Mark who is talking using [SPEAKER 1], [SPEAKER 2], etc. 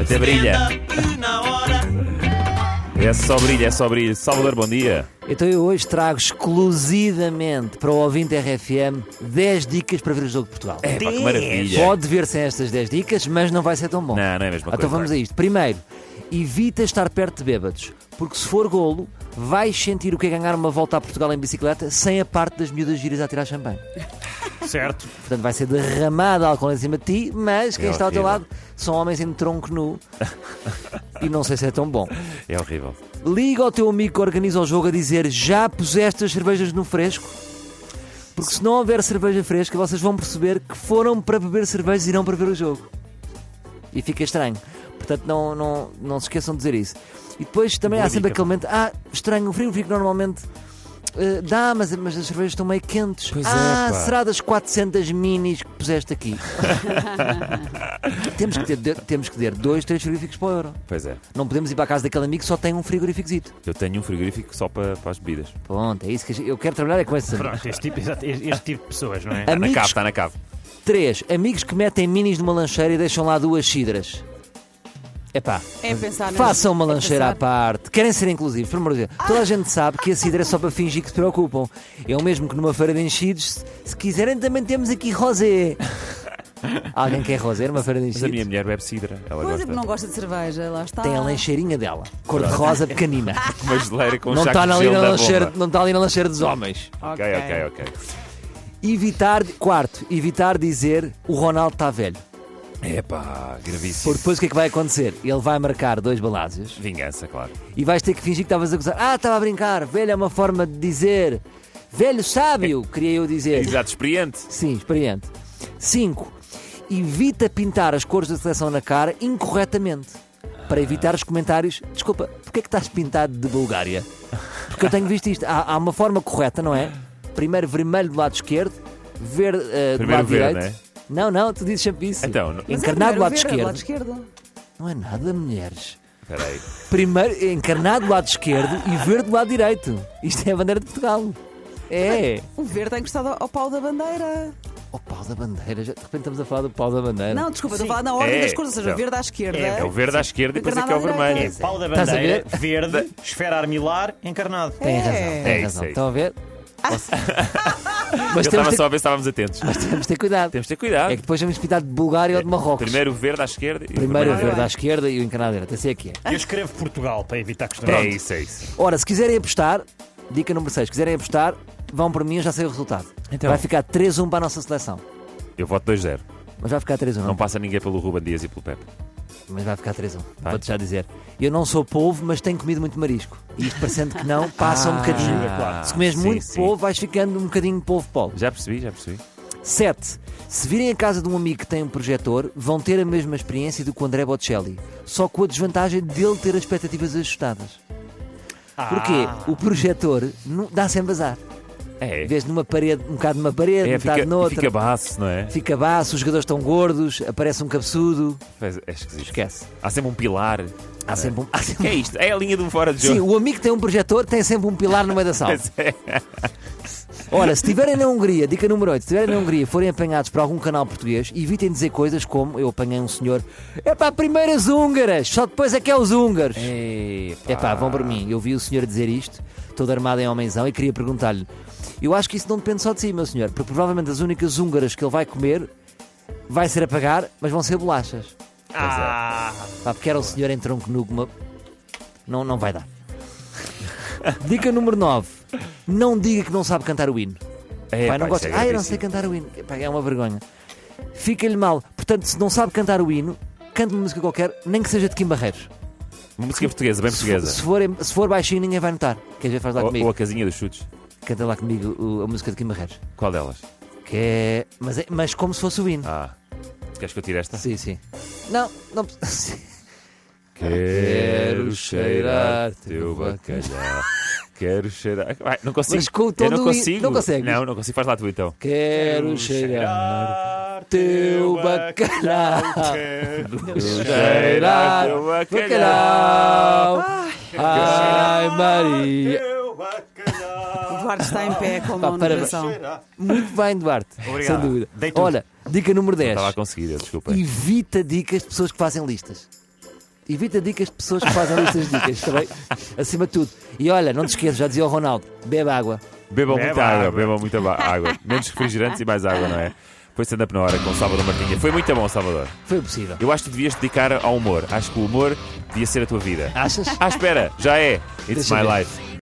[SPEAKER 1] Até brilha.
[SPEAKER 2] Na hora.
[SPEAKER 1] É só brilha, é só brilha. Salvador, bom dia.
[SPEAKER 3] Então eu hoje trago exclusivamente para o ouvinte RFM 10 dicas para ver o jogo de Portugal.
[SPEAKER 1] É, pá, que maravilha.
[SPEAKER 3] Pode ver sem estas 10 dicas, mas não vai ser tão bom.
[SPEAKER 1] Não, não é a mesma coisa.
[SPEAKER 3] Então vamos a isto. Primeiro, evita estar perto de bêbados, porque se for golo, vais sentir o que é ganhar uma volta a Portugal em bicicleta sem a parte das miúdas giras a tirar champanhe.
[SPEAKER 1] Certo.
[SPEAKER 3] Portanto, vai ser derramado álcool em cima de ti, mas quem
[SPEAKER 1] É
[SPEAKER 3] está ao teu lado
[SPEAKER 1] horrível.
[SPEAKER 3] são homens em tronco nu. e não sei se é tão bom.
[SPEAKER 1] É horrível.
[SPEAKER 3] Liga ao teu amigo que organiza o jogo a dizer já puseste as cervejas no fresco? Porque se não houver cerveja fresca, vocês vão perceber que foram para beber cervejas e não para ver o jogo. E fica estranho. Portanto, não, não, não se esqueçam de dizer isso. E depois também
[SPEAKER 1] Boa
[SPEAKER 3] há sempre
[SPEAKER 1] dica.
[SPEAKER 3] aquele momento, ah, estranho, o frigorífico normalmente eh, dá, mas, mas as cervejas estão meio quentes.
[SPEAKER 1] Pois é,
[SPEAKER 3] ah,
[SPEAKER 1] pá.
[SPEAKER 3] será das 400 minis que puseste aqui? temos, que ter, temos que ter dois, três frigoríficos para o euro.
[SPEAKER 1] Pois é.
[SPEAKER 3] Não podemos ir para a casa daquele amigo que só tem um frigoríficozito.
[SPEAKER 1] Eu tenho um frigorífico só para, para as bebidas.
[SPEAKER 3] Pronto, é isso que a gente- eu quero trabalhar é com esses amigos.
[SPEAKER 4] Pronto, este tipo, exato, este- este tipo de pessoas, não é?
[SPEAKER 1] Está Tá na cave,
[SPEAKER 3] Amigos,
[SPEAKER 1] está na cave.
[SPEAKER 3] três, amigos que metem minis numa lancheira e deixam lá duas cidras. Epá,
[SPEAKER 5] É pensar nas-
[SPEAKER 3] façam uma
[SPEAKER 5] é
[SPEAKER 3] lancheira à
[SPEAKER 5] pensar.
[SPEAKER 3] parte. Querem ser inclusivos, por amor de Deus. Toda a gente sabe que a cidra é só para fingir que se preocupam. É o mesmo que numa feira de enchidos, se- se quiserem também temos aqui rosé. Alguém quer rosé numa feira de
[SPEAKER 1] Mas a minha
[SPEAKER 3] enchidos?
[SPEAKER 1] mulher bebe sidra. Ela
[SPEAKER 5] Pois é,
[SPEAKER 1] gosta.
[SPEAKER 5] porque não gosta de cerveja, lá está. é
[SPEAKER 3] Tem a lancheirinha dela, cor de rosa pequenina.
[SPEAKER 1] Uma geleira com um
[SPEAKER 3] Não
[SPEAKER 1] jaco
[SPEAKER 3] está
[SPEAKER 1] de
[SPEAKER 3] ali
[SPEAKER 1] gelo
[SPEAKER 3] na
[SPEAKER 1] da
[SPEAKER 3] lancheira-
[SPEAKER 1] bomba.
[SPEAKER 3] não está ali na lancheira dos homens.
[SPEAKER 1] Ok, ok, ok.
[SPEAKER 3] Evitar, quarto, evitar dizer o Ronaldo está velho.
[SPEAKER 1] Epá, gravíssimo.
[SPEAKER 3] Porque depois o que é que vai acontecer? Ele vai marcar dois balásios
[SPEAKER 1] Vingança, claro.
[SPEAKER 3] e vais ter que fingir que estavas a gozar. Ah, estava a brincar. Velho é uma forma de dizer. Velho sábio, queria eu dizer.
[SPEAKER 1] Exato, experiente.
[SPEAKER 3] Sim, experiente. 5. Evita pintar as cores da seleção na cara incorretamente. Para evitar os comentários. Desculpa, porquê é que estás pintado de Bulgária? Porque eu tenho visto isto. Há, há uma forma correta, não é? Primeiro vermelho do lado esquerdo, verde eh, do
[SPEAKER 1] Primeiro
[SPEAKER 3] lado
[SPEAKER 1] verde,
[SPEAKER 3] direito. Não, não, tu dizes sempre isso.
[SPEAKER 1] Então, não-
[SPEAKER 5] Mas é
[SPEAKER 3] Encarnado do lado
[SPEAKER 5] primeiro
[SPEAKER 3] esquerdo.
[SPEAKER 5] verde, lado esquerdo.
[SPEAKER 3] Não é nada, mulheres.
[SPEAKER 1] Espera aí.
[SPEAKER 3] Primeiro, encarnado do lado esquerdo e verde do lado direito. Isto é a bandeira de Portugal. É.
[SPEAKER 5] O verde está encostado ao- ao pau da bandeira.
[SPEAKER 3] O pau da bandeira. Já, de repente estamos a falar do pau da bandeira.
[SPEAKER 5] Não, desculpa, estou a falar na ordem
[SPEAKER 1] É,
[SPEAKER 5] das cores, ou seja,
[SPEAKER 1] então.
[SPEAKER 5] verde à esquerda.
[SPEAKER 4] É,
[SPEAKER 1] É o verde à esquerda e depois é que é o
[SPEAKER 5] Encarnado à
[SPEAKER 1] vermelho.
[SPEAKER 5] direita.
[SPEAKER 4] Pau da
[SPEAKER 3] Estás a
[SPEAKER 4] bandeira, verde, esfera armilar, encarnado.
[SPEAKER 3] Tem
[SPEAKER 5] É.
[SPEAKER 3] razão, tem
[SPEAKER 1] É isso,
[SPEAKER 3] razão.
[SPEAKER 1] é isso.
[SPEAKER 3] Estão a ver? Mas
[SPEAKER 1] Eu
[SPEAKER 3] temos
[SPEAKER 1] estava
[SPEAKER 3] de,
[SPEAKER 1] só a ver se estávamos atentos.
[SPEAKER 3] temos de ter cuidado.
[SPEAKER 1] Temos de ter cuidado.
[SPEAKER 3] É que depois vamos pintar de Bulgária ou de Marrocos.
[SPEAKER 1] Primeiro o verde à esquerda e é o
[SPEAKER 3] Primeiro o
[SPEAKER 1] vermelho.
[SPEAKER 3] verde à esquerda e o encarnado à direita. Assim é que é.
[SPEAKER 4] Eu escrevo Portugal para evitar questões.
[SPEAKER 1] É isso, é isso.
[SPEAKER 3] Ora, se quiserem apostar, dica número 6, se quiserem apostar, vão por mim, eu já sei o resultado.
[SPEAKER 1] Então.
[SPEAKER 3] Vai ficar 3-1 para a nossa seleção.
[SPEAKER 1] Eu voto 2-0.
[SPEAKER 3] Mas vai ficar 3-1.
[SPEAKER 1] Não passa ninguém pelo Ruben Dias e pelo Pepe.
[SPEAKER 3] Mas vai ficar 3 1
[SPEAKER 1] Vai.
[SPEAKER 3] Vou-te já dizer. Eu não sou polvo, mas tenho comido muito marisco. E isto parecendo que não, passa um bocadinho.
[SPEAKER 1] Ah, claro.
[SPEAKER 3] Se comes
[SPEAKER 1] sim,
[SPEAKER 3] muito
[SPEAKER 1] sim.
[SPEAKER 3] polvo, vais ficando um bocadinho polvo polvo.
[SPEAKER 1] Já percebi, já percebi.
[SPEAKER 3] 7. Se virem a casa de um amigo que tem um projetor, vão ter a mesma experiência do que o André Bocelli. Só com a desvantagem dele ter as expectativas ajustadas. Porquê? O projetor nu- dá sempre azar.
[SPEAKER 1] Ah. É.
[SPEAKER 3] Vês numa parede, um bocado numa parede,
[SPEAKER 1] É,
[SPEAKER 3] metade
[SPEAKER 1] fica,
[SPEAKER 3] noutra.
[SPEAKER 1] fica baço, não é?
[SPEAKER 3] Fica baço, os jogadores estão gordos, aparece um cabeçudo.
[SPEAKER 1] Faz- É esquisito.
[SPEAKER 3] Esquece.
[SPEAKER 1] Há sempre um pilar.
[SPEAKER 3] Há sempre um. Há sempre
[SPEAKER 1] Que é isto? É a linha do fora de
[SPEAKER 3] Sim,
[SPEAKER 1] jogo.
[SPEAKER 3] o amigo que tem um projetor tem sempre um pilar no meio da sala.
[SPEAKER 1] Pois é.
[SPEAKER 3] Ora, se estiverem na Hungria, dica número 8, se estiverem na Hungria e forem apanhados por algum canal português, evitem dizer coisas como eu apanhei um senhor, é para primeiras húngaras, só depois é que é os húngaros. É pá, vão por mim. Eu vi o senhor dizer isto, todo armado em homenzão, e queria perguntar-lhe: eu acho que isso não depende só de si, meu senhor, porque provavelmente as únicas húngaras que ele vai comer vai ser a pagar, mas vão ser bolachas.
[SPEAKER 4] Ah,
[SPEAKER 3] Pá, porque era o senhor em tronco nu, uma... não, não vai dar. Dica número 9. Não diga que não sabe cantar o hino.
[SPEAKER 1] É, pá,
[SPEAKER 3] Pai, não gosta.
[SPEAKER 1] isso é
[SPEAKER 3] ah, eu não
[SPEAKER 1] gravíssimo.
[SPEAKER 3] sei cantar o hino. Pá, é uma vergonha. Fica-lhe mal. Portanto, se não sabe cantar o hino, cante uma música qualquer, nem que seja de Kim Barreiros.
[SPEAKER 1] Uma música portuguesa, bem
[SPEAKER 3] Se for, se,
[SPEAKER 1] portuguesa. Oh,
[SPEAKER 3] for, em- se for baixinho, ninguém vai notar. Quer dizer, faz lá
[SPEAKER 1] Ou,
[SPEAKER 3] comigo.
[SPEAKER 1] ou a casinha dos chutes.
[SPEAKER 3] Canta lá comigo o- a música de Kim Barreiros.
[SPEAKER 1] Qual delas?
[SPEAKER 3] Que é. Mas, é- mas como se fosse o hino.
[SPEAKER 1] Ah. Queres que eu tire esta?
[SPEAKER 3] Sim, sim. Não, não. sim.
[SPEAKER 1] Quero cheirar teu bacalhau. Quero cheirar. Ah, Vai, não consigo.
[SPEAKER 3] Mas com o tom
[SPEAKER 1] eu não
[SPEAKER 3] do i-
[SPEAKER 1] consigo.
[SPEAKER 3] não consegues?
[SPEAKER 1] Não, não consigo. Faz lá tu então.
[SPEAKER 3] Quero cheirar teu bacalhau.
[SPEAKER 1] Cheirar teu
[SPEAKER 3] bacalhau. Ai, Maria.
[SPEAKER 5] O Duarte está em pé com a mão no
[SPEAKER 3] para-
[SPEAKER 5] coração.
[SPEAKER 3] Muito bem, Duarte.
[SPEAKER 4] Obrigado.
[SPEAKER 3] Sem dúvida.
[SPEAKER 4] Dei tudo.
[SPEAKER 3] Olha, dica número
[SPEAKER 1] Estava a
[SPEAKER 3] 10.
[SPEAKER 1] conseguir, eu, desculpa.
[SPEAKER 3] Evita dicas de pessoas que fazem listas. Evita dicas de pessoas que fazem listas de dicas, está bem? Acima de tudo. E olha, não te esqueças, já dizia o Ronaldo, bebe água.
[SPEAKER 1] Bebam
[SPEAKER 4] Beba
[SPEAKER 1] muita água,
[SPEAKER 4] água.
[SPEAKER 1] bebam muita ba- água. Menos refrigerantes e mais água, não é? Foi stand-up na hora com o Salvador Martinha. Foi muito bom, Salvador.
[SPEAKER 3] Foi possível.
[SPEAKER 1] Eu acho que devias dedicar ao humor. Acho que o humor devia ser a tua vida.
[SPEAKER 3] Achas?
[SPEAKER 1] Ah, espera, já é. It's
[SPEAKER 3] Deixa
[SPEAKER 1] my
[SPEAKER 3] ver.
[SPEAKER 1] life.